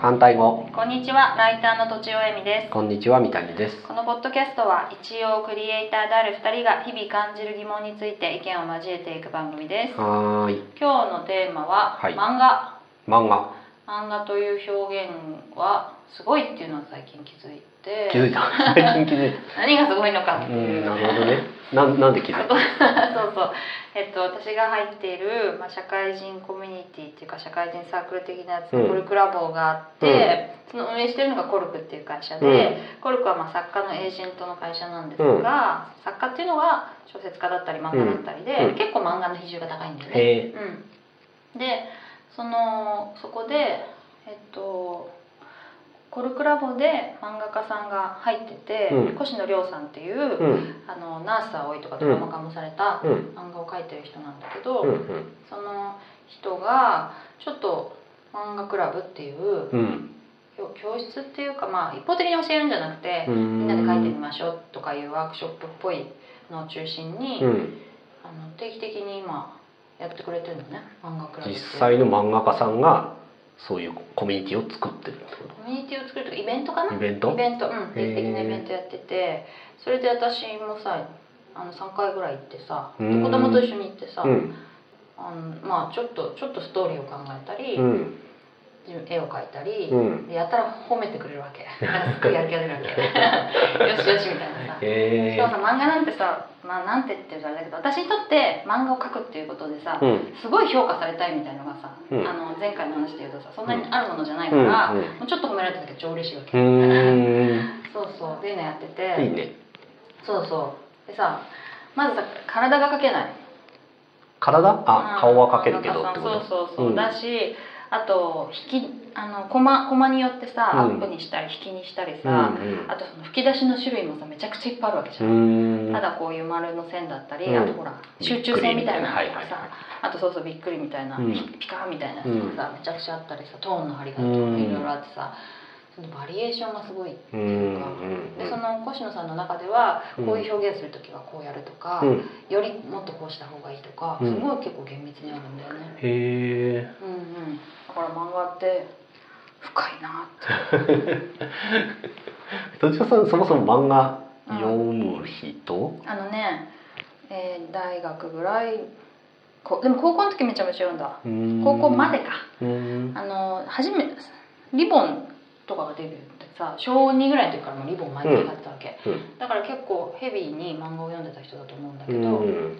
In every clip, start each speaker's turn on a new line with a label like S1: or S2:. S1: 反対語
S2: こんにちは、ライターのとちおえみです。
S1: こんにちは三谷です
S2: このポッドキャストは一応クリエイターである2人が日々感じる疑問について意見を交えていく番組です。
S1: はーい
S2: 今日のテーマは、
S1: はい
S2: 漫画。
S1: 漫画
S2: 漫画という表現はすごいっていうのを最近気づいて、
S1: 気づいた最近気づい
S2: 何がすごい のか
S1: た
S2: っ
S1: う
S2: てい
S1: ん
S2: う。
S1: なるほどねなんなんで気 づい
S2: そ
S1: た
S2: うそう、えっと、私が入っている、まあ、社会人コミュニティっていうか社会人サークル的なやつ、
S1: うん
S2: コルクラボがあって、その運営してるのがコルクっていう会社で、
S1: う
S2: コルクはまあ作家のエージェントの会社なんですが、作家っていうのは小説家だったり漫画だったりで、
S1: うんうん
S2: 結構漫画の比重が高いんですね。
S1: へえ
S2: うん、でそのそこでえっとコルクラボで漫画家さんが入ってて、
S1: うん
S2: 越野亮さんっていう、
S1: うん
S2: あのナース葵とかドラマ化もされた
S1: うん
S2: 漫画を描いてる人なんだけど、
S1: うんうん
S2: その人がちょっと漫画クラブっていう
S1: うん
S2: 教教室っていうかまあ一方的に教えるんじゃなくて、
S1: う
S2: み
S1: ん
S2: んなで描いてみましょうとかいうワークショップっぽいのを中心に、
S1: うん
S2: あの定期的に今やってくれてるのね漫画クラブってい
S1: 実
S2: う
S1: 際の漫画家さんがそういうコミュニティを作ってるってこ
S2: コミュニティを作るとかイベントかな
S1: とイベント
S2: イベントうん定期的な
S1: へー
S2: イベントやっててそれで私もさあの3回ぐらい行ってさで
S1: うん
S2: 子供と一緒に行ってさ、
S1: うん
S2: あのまあちょっとちょっとストーリーを考えたり、
S1: うん
S2: 自分絵を描いたり、
S1: うん
S2: でやったら褒めてくれる わけすごいやる気が出るわけよしよしみたいなさ、
S1: へ
S2: しかもさ漫画なんてさまあなんてって言うとあれだけど私にとって漫画を描くっていうことでさ、
S1: えうん
S2: すごい評価されたいみたいなのがさ、
S1: うん
S2: あの前回の話で言うとさそんなにあるものじゃないか
S1: うん
S2: ら、もうちょっと褒められただけで超嬉しいわけ、
S1: うんう
S2: そうそうでねやってて
S1: ーんいいね
S2: そうそうでさまずさ体が描けない
S1: 体
S2: う
S1: あ
S2: ん
S1: 顔は描けるけどってこ
S2: なんか
S1: と
S2: さそうそうそう、
S1: うん
S2: だしあと引きあのコマコマによってさ、
S1: うん
S2: アップにしたり引きにしたり
S1: う
S2: さ、
S1: ん
S2: あとその吹き出しの種類もさめちゃくちゃいっぱいあるわけじゃ、
S1: うんんうーん
S2: ただこういう丸の線だったり、
S1: うん
S2: あとほら集中線みたいなのとか
S1: びっくりみたいなはいはいはい
S2: さあとそうそうびっくりみたいな、
S1: うん
S2: ピカーみたいなやつとかさ、めちゃくちゃあったりさトーンの張り方と
S1: う
S2: か
S1: ん
S2: いろいろあってさ、そのバリエーションがすごいって
S1: う
S2: い
S1: ん
S2: うか、
S1: うん
S2: でその越野さんの中では
S1: うん
S2: こういう表現する時はこうやるとか、
S1: うん
S2: よりもっとこうした方がいいとか、
S1: うん
S2: すごい結構厳密にあるんだよね。
S1: へえ
S2: うんうん。だから漫画って深いなって。
S1: どちらさんそもそも漫画
S2: うん
S1: 読む人
S2: あのね、えー大学ぐらい、こでも高校の時めちゃめちゃ読んだ。高校までか。
S1: うーん
S2: あの初めリボンとかがデビューってさ、小二ぐらいの時からもうリボン毎日買ってたわけ、
S1: うんう
S2: だから結構ヘビーに漫画を読んでた人だと思うんだけ
S1: う
S2: ど、
S1: ん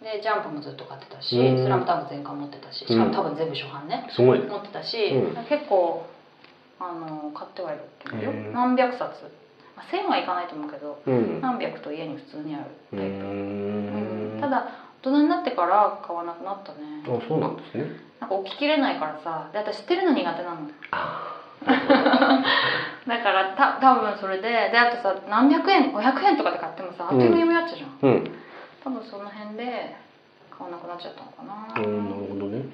S2: でジャンプもずっと買ってたし、
S1: うん
S2: スラムダンク全巻持ってたし、しかも多分全部初版ね。
S1: すごいね
S2: 持ってたし、
S1: うん
S2: 結構あの買ってはいるけどよ
S1: へー
S2: 何百冊、まあ、1,000はいかないと思うけど
S1: うん
S2: 何百と家に普通にある
S1: う
S2: タ
S1: ー
S2: イプ、うん
S1: ん
S2: た
S1: あ
S2: だ大人になってから買わなくなったね
S1: そうなんですね
S2: なんか置ききれないからさで私捨てるの苦手なの
S1: あ
S2: だからた多分それでであとさ何百円500円とかで買ってもさあっという間に読み終わっちゃうじゃん、
S1: ーうん
S2: 多分その辺で買わなくなっちゃったのかな
S1: う
S2: うん
S1: んな
S2: うん
S1: るほどね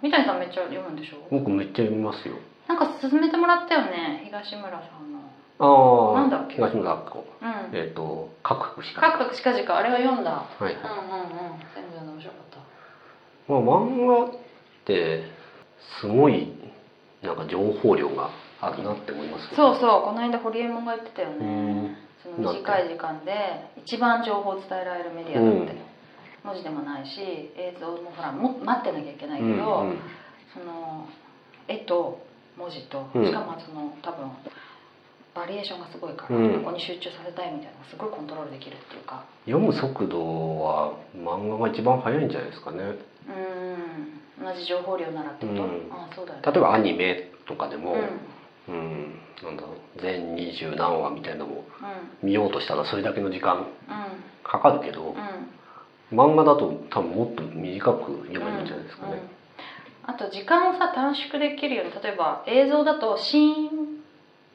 S2: 三谷さんめっちゃ読むんでしょ
S1: 僕めっちゃ読みますよ
S2: なんか勧めてもらったよね東村さんの
S1: ああ
S2: なんだっけ
S1: 東村明子
S2: うん
S1: えっとカクカクしか
S2: カクカクしかじかあれは読んだ。
S1: はい
S2: うんうんうん。全部読んだ面白かっ
S1: まあ漫画ってすごいなんか情報量があるなって思います
S2: た。
S1: よ
S2: そうそうこの間ホリエモンが言ってたよ
S1: う
S2: ね
S1: ん。
S2: その短い時間で一番情報を伝えられるメディアだって。文字でもないし映像もほらも待ってなきゃいけないけど、
S1: うんうん
S2: その絵と文字と
S1: うん
S2: しかもその多分バリエーションがすごいから、
S1: うん
S2: ここに集中させたいみたいなのがすごいコントロールできるっていうか。
S1: 読む速度は漫画が一番早いんじゃないですかね
S2: うん。同じ情報量ならってこと。
S1: うん
S2: あそうだよね。
S1: 例えばアニメとかでも、
S2: うん。うん。
S1: うんなんだろう全二十何話みたいなのを見ようとしたらそれだけの時間かかるけど
S2: うん。う、ん。
S1: 漫画だと多分もっと短く読めるんじゃないですかね、
S2: うんあと時間をさ短縮できるように例えば映像だとシーン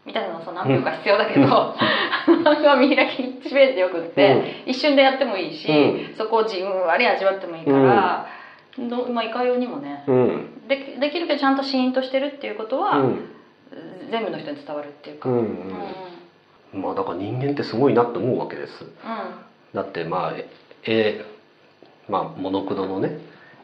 S2: みたいなのさ何秒か必要だけ ど、漫画は見開き1ページでよくって、一瞬でやってもいいし、
S1: う
S2: そこをじんわり味わってもいいから、どまあ、いかようにもね
S1: うん
S2: でできるけどちゃんとシーンとしてるっていうことは、
S1: うん
S2: 全部の人に伝わるっていうか。
S1: うん
S2: うんうん
S1: うんまあだから人間ってすごいなって思うわけですだってまあ絵、えまあ、モノクロのね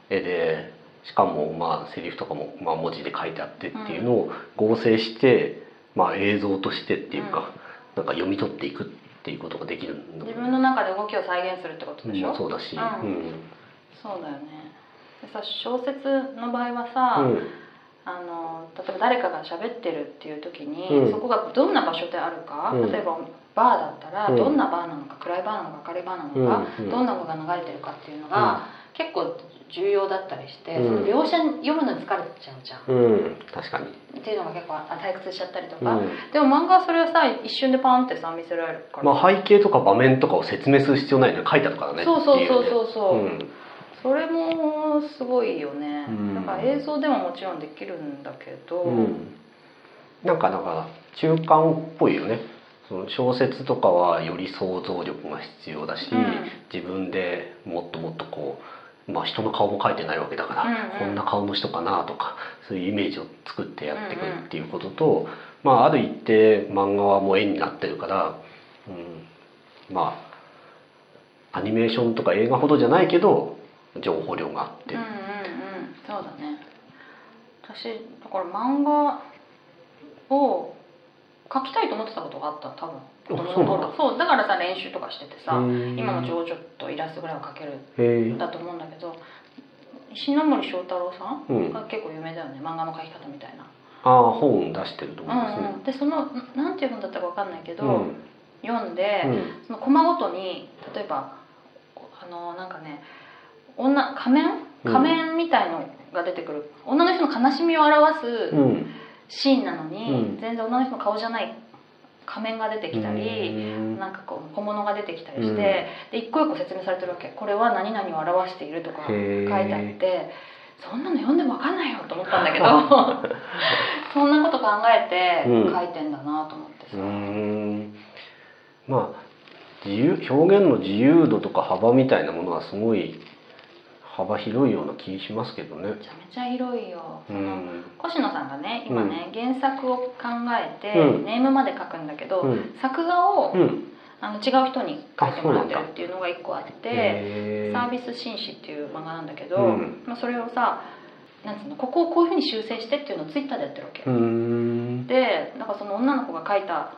S1: 絵でしかもまあセリフとかもまあ文字で書いてあってっていうのを合成して、まあ、映像としてっていうか、なんか読み取っていくっていうことができるんだもん
S2: 自分の中で動きを再現するってことでしょ、
S1: もそうだし、
S2: うんそうだよねでさ小説の場合はさ、
S1: うん
S2: あの例えば誰かが喋ってるっていう時に、
S1: うん
S2: そこがどんな場所であるか、
S1: うん
S2: 例えばバーだったら、
S1: うん
S2: どんなバーなのか暗いバーなのか明るいバーなのか、
S1: うんうん
S2: どんなのが流れてるかっていうのが、結構重要だったりして、
S1: うん
S2: その描写読むのに疲れちゃうじゃん、
S1: うん、うん、確かに、
S2: っていうのが結構あ退屈しちゃったりと
S1: う
S2: か、
S1: ん
S2: でも漫画はそれをさ一瞬でパンってさ見せられるから、
S1: まあ、背景とか場面とかを説明する必要ないよね書いてあるからね
S2: そうそうそう
S1: っていね
S2: そうそう、
S1: うん
S2: それもすごいよね、
S1: うん
S2: だから映像でももちろんできるんだけど、
S1: うん、なんかだから中間っぽいよねその小説とかはより想像力が必要だし、
S2: うん
S1: 自分でもっともっとこう、まあ、人の顔も描いてないわけだから、
S2: うんうん
S1: こんな顔の人かなとかそういうイメージを作ってやっていくっていうことと、まあ、ある一定漫画はもう絵になってるから、うん、まあアニメーションとか映画ほどじゃないけど情報量があって、
S2: うんうんうんそうだね私だから漫画を描きたいと思ってたことがあったの多分
S1: あそうなんだ
S2: そうだからさ練習とかしててさ、
S1: うん
S2: 今の情緒とイラストぐらいは描ける
S1: へ
S2: ん
S1: え
S2: だと思うんだけど石ノ森章太郎さん
S1: うん、
S2: が結構有名だよね漫画の描き方みたいな、
S1: ああ本出してると思います
S2: う
S1: ね
S2: ん。うん、でそのんなんていう本だったかわかんないけど、
S1: うん
S2: 読んで、
S1: うん
S2: そのコマごとに例えばあのなんかね女仮面
S1: うん
S2: 仮面みたいのが出てくる、女の人の悲しみを表す
S1: うん
S2: シーンなのに、
S1: うん
S2: 全然女の人の顔じゃない仮面が出てきたり、
S1: うん
S2: なんかこう小物が出てきたりして、
S1: うん
S2: で一個一個説明されてるわけこれは何々を表しているとか書
S1: へ
S2: い
S1: ー
S2: てあってそんなの読んでも分かんないよと思ったんだけど そんなこと考えて
S1: うん
S2: 書いてんだなと思ってさ。
S1: うーんまあ自由表現の自由度とか幅みたいなものはすごい幅広いような気しますけどね
S2: め。ちゃめちゃ広いよ、
S1: う
S2: その
S1: ん
S2: 越野さんがね今ね、原作を考えて、
S1: うん
S2: ネームまで書くんだけど、
S1: うん
S2: 作画を、
S1: うん、
S2: あの違う人に書いてもらってるっていうのが一個あって「
S1: へ
S2: サービス紳士」っていう漫画なんだけど、
S1: うん
S2: まあ、それをさなんつうのここをこういうふうに修正してっていうのをツイッターでやってるわけ、
S1: うーん
S2: でなんかその女の子が書いた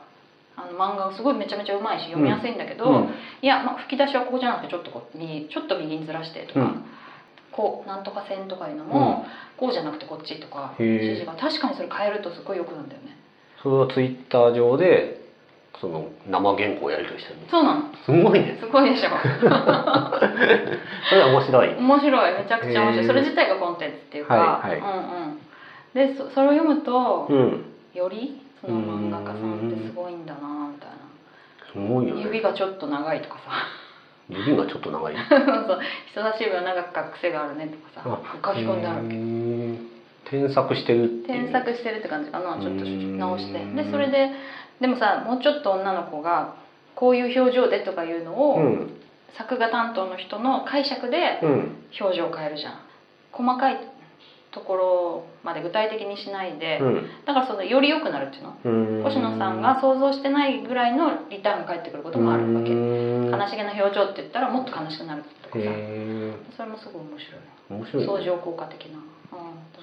S2: あの漫画がすごいめちゃめちゃうまいし読みやすいんだけど、
S1: うん
S2: いや、まあ、吹き出しはここじゃなくてちょっとこっちにちょっと右にずらしてとか、
S1: うん
S2: こうなんとか線とかいうのも、こうじゃなくてこっちとか
S1: へえ
S2: 指示が確かにそれ変えるとすごいよくなんだよね
S1: それはツイッター上でその生原稿をやりとりしてる
S2: そうなの
S1: のすごいね
S2: すごいでしょ
S1: それは面白い
S2: 面白いめちゃくちゃ面白
S1: へ
S2: い
S1: え
S2: それ自体がコンテンツっていうか、
S1: はいはい
S2: うんうん、でそそれを読むと、
S1: うん
S2: よりその漫画家さんってすごいんだなみたいな
S1: すごいよ
S2: 指
S1: ね
S2: がちょっと長いとかさ
S1: 指がちょっと長い
S2: そうそう人差し指は長く書く癖があるねとかさ書き込んであるわけ
S1: る添削してるっていう
S2: 添削してるって感じかなちょっと
S1: うん
S2: 直してでそれででもさもうちょっと女の子がこういう表情でとかいうのを、
S1: うん
S2: 作画担当の人の解釈で
S1: うん
S2: 表情を変えるじゃん細かいところまで具体的にしないで、だからそのより良くなるっていうの
S1: うん、
S2: 星野さんが想像してないぐらいのリターンが返ってくることもあるわけ悲
S1: 悲
S2: しげな表情って言ったらもっと悲しくなるとかさ
S1: へ
S2: それもすごい面白い
S1: ー面白いね
S2: 相乗効果的な、うん、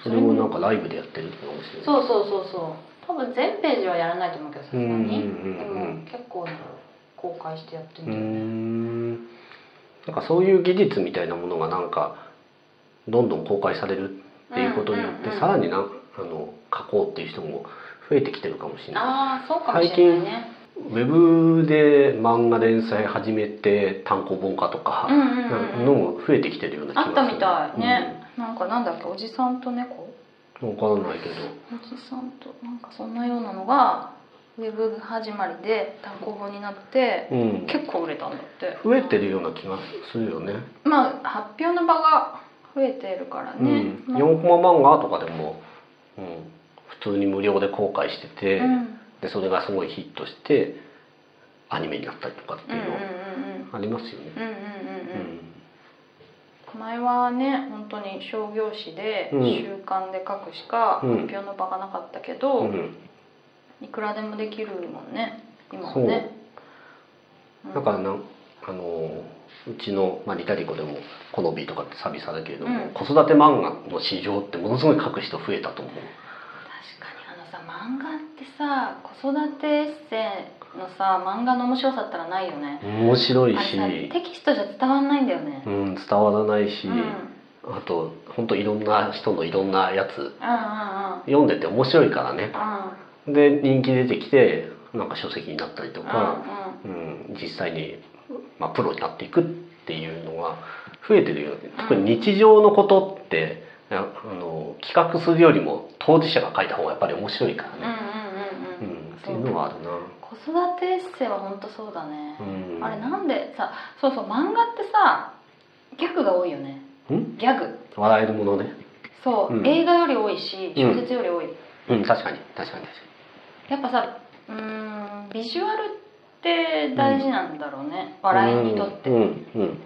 S1: それもなんかライブでやってるってのが面白い
S2: そうそうそうそう多分全ページはやらないと思うけどさすが
S1: うんうん
S2: にで
S1: うんう
S2: も
S1: ん
S2: 結構公開してやってん
S1: うー
S2: だよね
S1: んなんかそういう技術みたいなものがなんかどんどん公開されるっていうことによって、
S2: うんうんうん
S1: さらになあの書こうっていう人も増えてきてるかもしれない
S2: ああそうかもしれないね
S1: ウェブで漫画連載始めて単行本化と
S2: う
S1: か、
S2: んうん
S1: な
S2: うん
S1: の
S2: うん
S1: も増えてきてるような気が
S2: あ
S1: す
S2: っ
S1: る
S2: たみたいね、なんかなんだっけおじさんと猫
S1: うん、分からないけど
S2: おじさんとなんかそんなようなのがウェブ始まりで単行本になって
S1: うん
S2: 結構売れたんだって
S1: 増えてるような気がするよね
S2: まあ発表の場が増えてるからね、
S1: うん、
S2: まあ
S1: 4コマ漫画とかでも、うん、普通に無料で公開してて、
S2: うん
S1: でそれがすごいヒットしてアニメになったりとかって
S2: うんうん
S1: いうのありますよね。
S2: うんうんうんうんうんうん前はね本当に商業誌で
S1: うん
S2: 週刊で書くしか発
S1: うん
S2: 表の場がなかったけ
S1: う
S2: ど、
S1: んうん
S2: いくらでもできるもんね今は
S1: そう
S2: ね。う
S1: だからなあのうちの、まあ、リタリコでも「このビー」とかって久々だけれども、
S2: うん
S1: 子育て漫画の市場ってものすごい書く人増えたと思う。
S2: 確かにあのさ漫画ってさ子育てエッセイのさ漫画の面白さったらないよね
S1: 面白
S2: あ
S1: い
S2: れ
S1: し、
S2: さテキストじゃ伝わんないんだよね
S1: うん、伝わらないし、
S2: うんうんうんうん
S1: あと本当いろんな人のいろんなやつ
S2: うん
S1: 読んでて面白いからね
S2: うん
S1: で人気出てきてなんか書籍になったりと
S2: うん
S1: か、うん、実際に、まあ、プロになっていくっていうのが増えてるよね特に日常のことってああの企画するよりも当事者が書いた方がやっぱり面白いか
S2: うんうん
S1: らね、
S2: う
S1: うん
S2: うん
S1: んっていうのはあるな。
S2: 子育てエッセイは本当そうだね
S1: う、ん、
S2: あれなんでさそうそう漫画ってさギャグが多いよね
S1: ん
S2: ギャグ
S1: 笑えるものね、
S2: そう、
S1: うん
S2: 映画より多いし小説より多い、
S1: うん、確かに確かに確か
S2: やっぱさうーんビジュアルって大事なんだろうね、
S1: に
S2: 笑いにとって、
S1: うんうんうん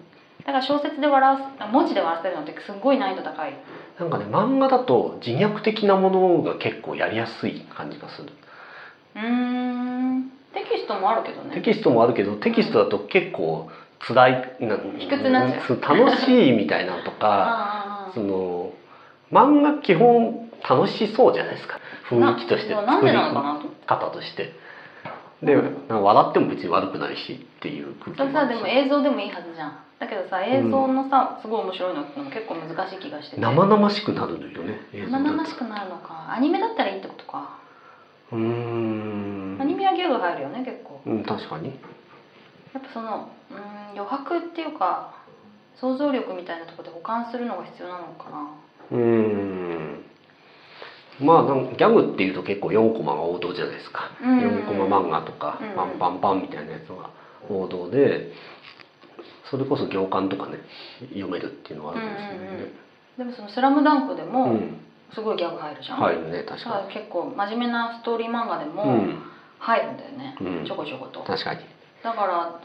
S2: だから小説で笑わす文字で笑わせるのってすごい難易度高い
S1: なんかね漫画だと自虐的なものが結構やりやすい感じがする
S2: うーんテキストもあるけど
S1: テ
S2: ね
S1: キストもあるけどテキストだと結構辛いな卑
S2: 卑屈になっちゃ
S1: 楽しいみたいなのと か
S2: あああ
S1: その漫画基本楽しそうじゃないですか雰囲気として
S2: ななん
S1: 作
S2: で
S1: り
S2: なのかなと思って
S1: 方としてでなんか笑っても別に悪くないしっていう空気
S2: それ
S1: もあ
S2: さ
S1: る
S2: でも
S1: し
S2: 映像でもいいはずじゃんだけどさ映像のさ、すごい面白いのってのも結構難しい気がしてて
S1: 生々しくなるのよね映像
S2: 生
S1: だと
S2: 々しくなるのかアニメだったらいいってことか、
S1: うーん
S2: アニメはギャグ入るよね結構
S1: うん確かに
S2: やっぱそのうーん余白っていうか想像力みたいなところで保管するのが必要なのかな
S1: うーんまあなんギャグっていうと結構4コマが王道じゃないですか、
S2: うん
S1: 4コマ漫画とか、
S2: うん
S1: パンパンパンみたいなやつが王道でそれこそ行間とかね読めるっていうのはあるかもしれないね、
S2: でもその「スラムダンクで
S1: うん
S2: もすごいギャグ入るじゃん、
S1: 入るね確
S2: さ
S1: か
S2: あ結構真面目なストーリー漫画で
S1: に、
S2: も
S1: うん、
S2: 入るんだよね、
S1: うん
S2: ちょこちょこと
S1: 確かに
S2: だから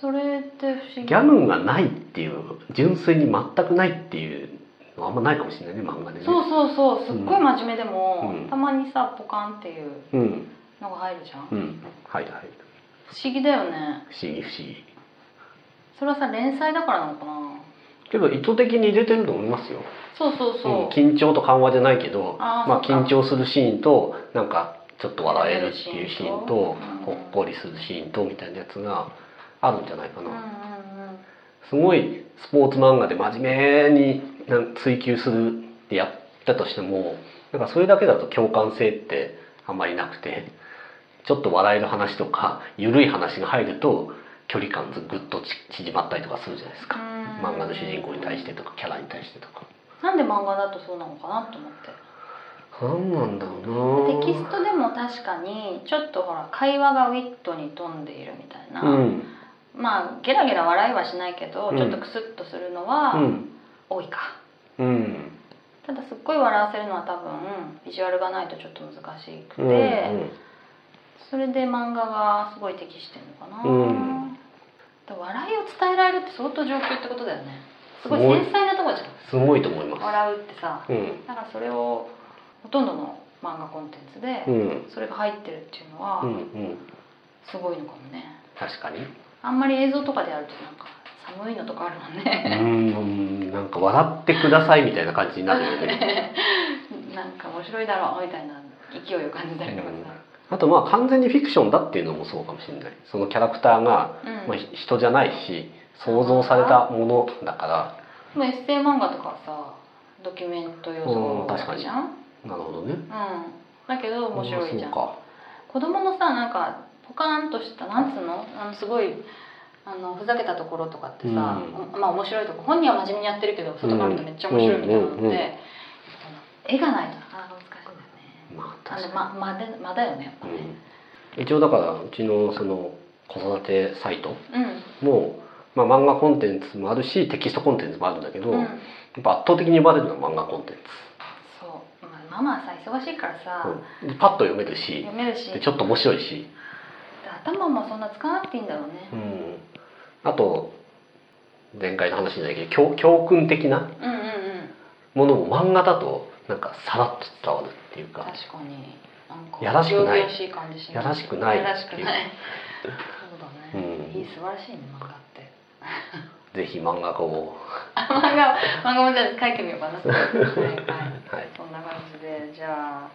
S2: それって不思議
S1: ギャグがないっていう純粋に全くないっていうのはあんまないかもしれないね漫画でね
S2: そうそうそうすっごい真面目でも、
S1: うん
S2: たまにさポカンっていう
S1: うん
S2: のが入るじゃん、
S1: う
S2: 不
S1: ん入る入る
S2: 思議だよね
S1: 不思議不思議
S2: それはさ連載だからなのかな
S1: けど意図的に入れてると思いますよ
S2: そうそう
S1: うん
S2: そう、
S1: 緊張と緩和じゃないけど
S2: あー
S1: まあ、
S2: そっ
S1: 緊
S2: か
S1: 張するシーンとなんかちょっと笑えるっていうシーンと
S2: うん
S1: ほっこりするシーンとみたいなやつがあるんじゃないか
S2: うんうん
S1: な。
S2: うん
S1: すごいスポーツ漫画で真面目になん追求するってやったとしてもなんかそれだけだと共感性ってあんまりなくてちょっと笑える話とか緩い話が入ると距離感ずぐっとち縮まったりとかするじゃないですか漫画の主人公に対してとかキャラに対してとか。
S2: なんで漫画だとそうなのかなと思って
S1: なんなんだろう
S2: テ
S1: な
S2: キストでも確かにちょっとほら会話がウィットに富んでいるみたいな、
S1: うん
S2: まあゲラゲラ笑いはしないけど、
S1: うん
S2: ちょっとクスッとするの
S1: う
S2: は
S1: ん
S2: 多いか、
S1: うん
S2: ただすっごい笑わせるのは多分ビジュアルがないとちょっと難しくて、
S1: うんうん
S2: それで漫画がすごい適してるのかな、
S1: うん
S2: だから笑いを伝えられるって相当上級ってことだよねすごい
S1: すごい
S2: 繊細なとこじゃん
S1: すごいと思いま
S2: 笑うってさ
S1: す。うん
S2: だからそれをほとんどの漫画コンテンツで、
S1: うん
S2: それが入ってるっていうのは、
S1: うんうん
S2: すごいのかもね
S1: 確かに。
S2: あんまり映像とかでやるとなんか寒いのとかあるもん
S1: う
S2: ね
S1: んなんか笑ってくださいみたいな感じになるよ ね。
S2: なんか面白いだろうみたいな勢いを感じたりとか
S1: あとまあ完全にフィクションだっていうのもそうかもしれない。そのキャラクターが
S2: さ、うん
S1: まあひ人じゃないし想像されたものだか
S2: でもエッセイ漫画とかはさドキュメント予
S1: うん
S2: 想
S1: 確かに
S2: じゃん、うん、
S1: らなるほどね。
S2: だけど面白いじゃん
S1: あー
S2: 子供のさなんかポカーンとしたなんつうのあのすごいあのふざけたところとかってさ、
S1: う
S2: まあ面白いとこ本人は真面目にやってるけど外から見るとめっちゃ面白いみたいなのって、
S1: うんうんうんうん
S2: 絵がないとなかなか難しいんだよね
S1: そうか。まあ
S2: あ
S1: 確
S2: の
S1: か
S2: ままでまだよねやっぱ
S1: に。
S2: ね
S1: うん一応だからうちのその子育てサイト
S2: うん
S1: も、まあ、漫画コンテンツもあるしテキストコンテンツもあるんだけど、
S2: うん、
S1: やっぱ圧倒的にバレるのは漫画コンテンツ、
S2: そう、まあ、ママはさ忙しいからさ、
S1: うんでパッと読めるし
S2: 読めるし
S1: でちょっと面白いし、
S2: 頭もそんな使わなくていいんだろうね
S1: う、ん、あと前回の話じゃないけど教教訓的な
S2: うん、うんうん
S1: ものも漫画だとなんかさらっと伝わるっていう
S2: 確
S1: か
S2: かになんか
S1: やらしくない
S2: 行々しい感じし
S1: やらしくない
S2: やらしくない
S1: って
S2: そうだ
S1: う
S2: ね、
S1: ん
S2: いい素晴らしいね漫画って
S1: ぜひ漫画家を
S2: 漫画漫画もじゃあ書いてみようかなはい、はい
S1: はい
S2: そんな感じでじゃあ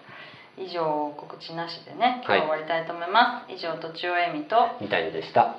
S2: 以上告知なしでね今
S1: はい
S2: 日終わりたいと思います、以上とちおえみと
S1: みたいでした。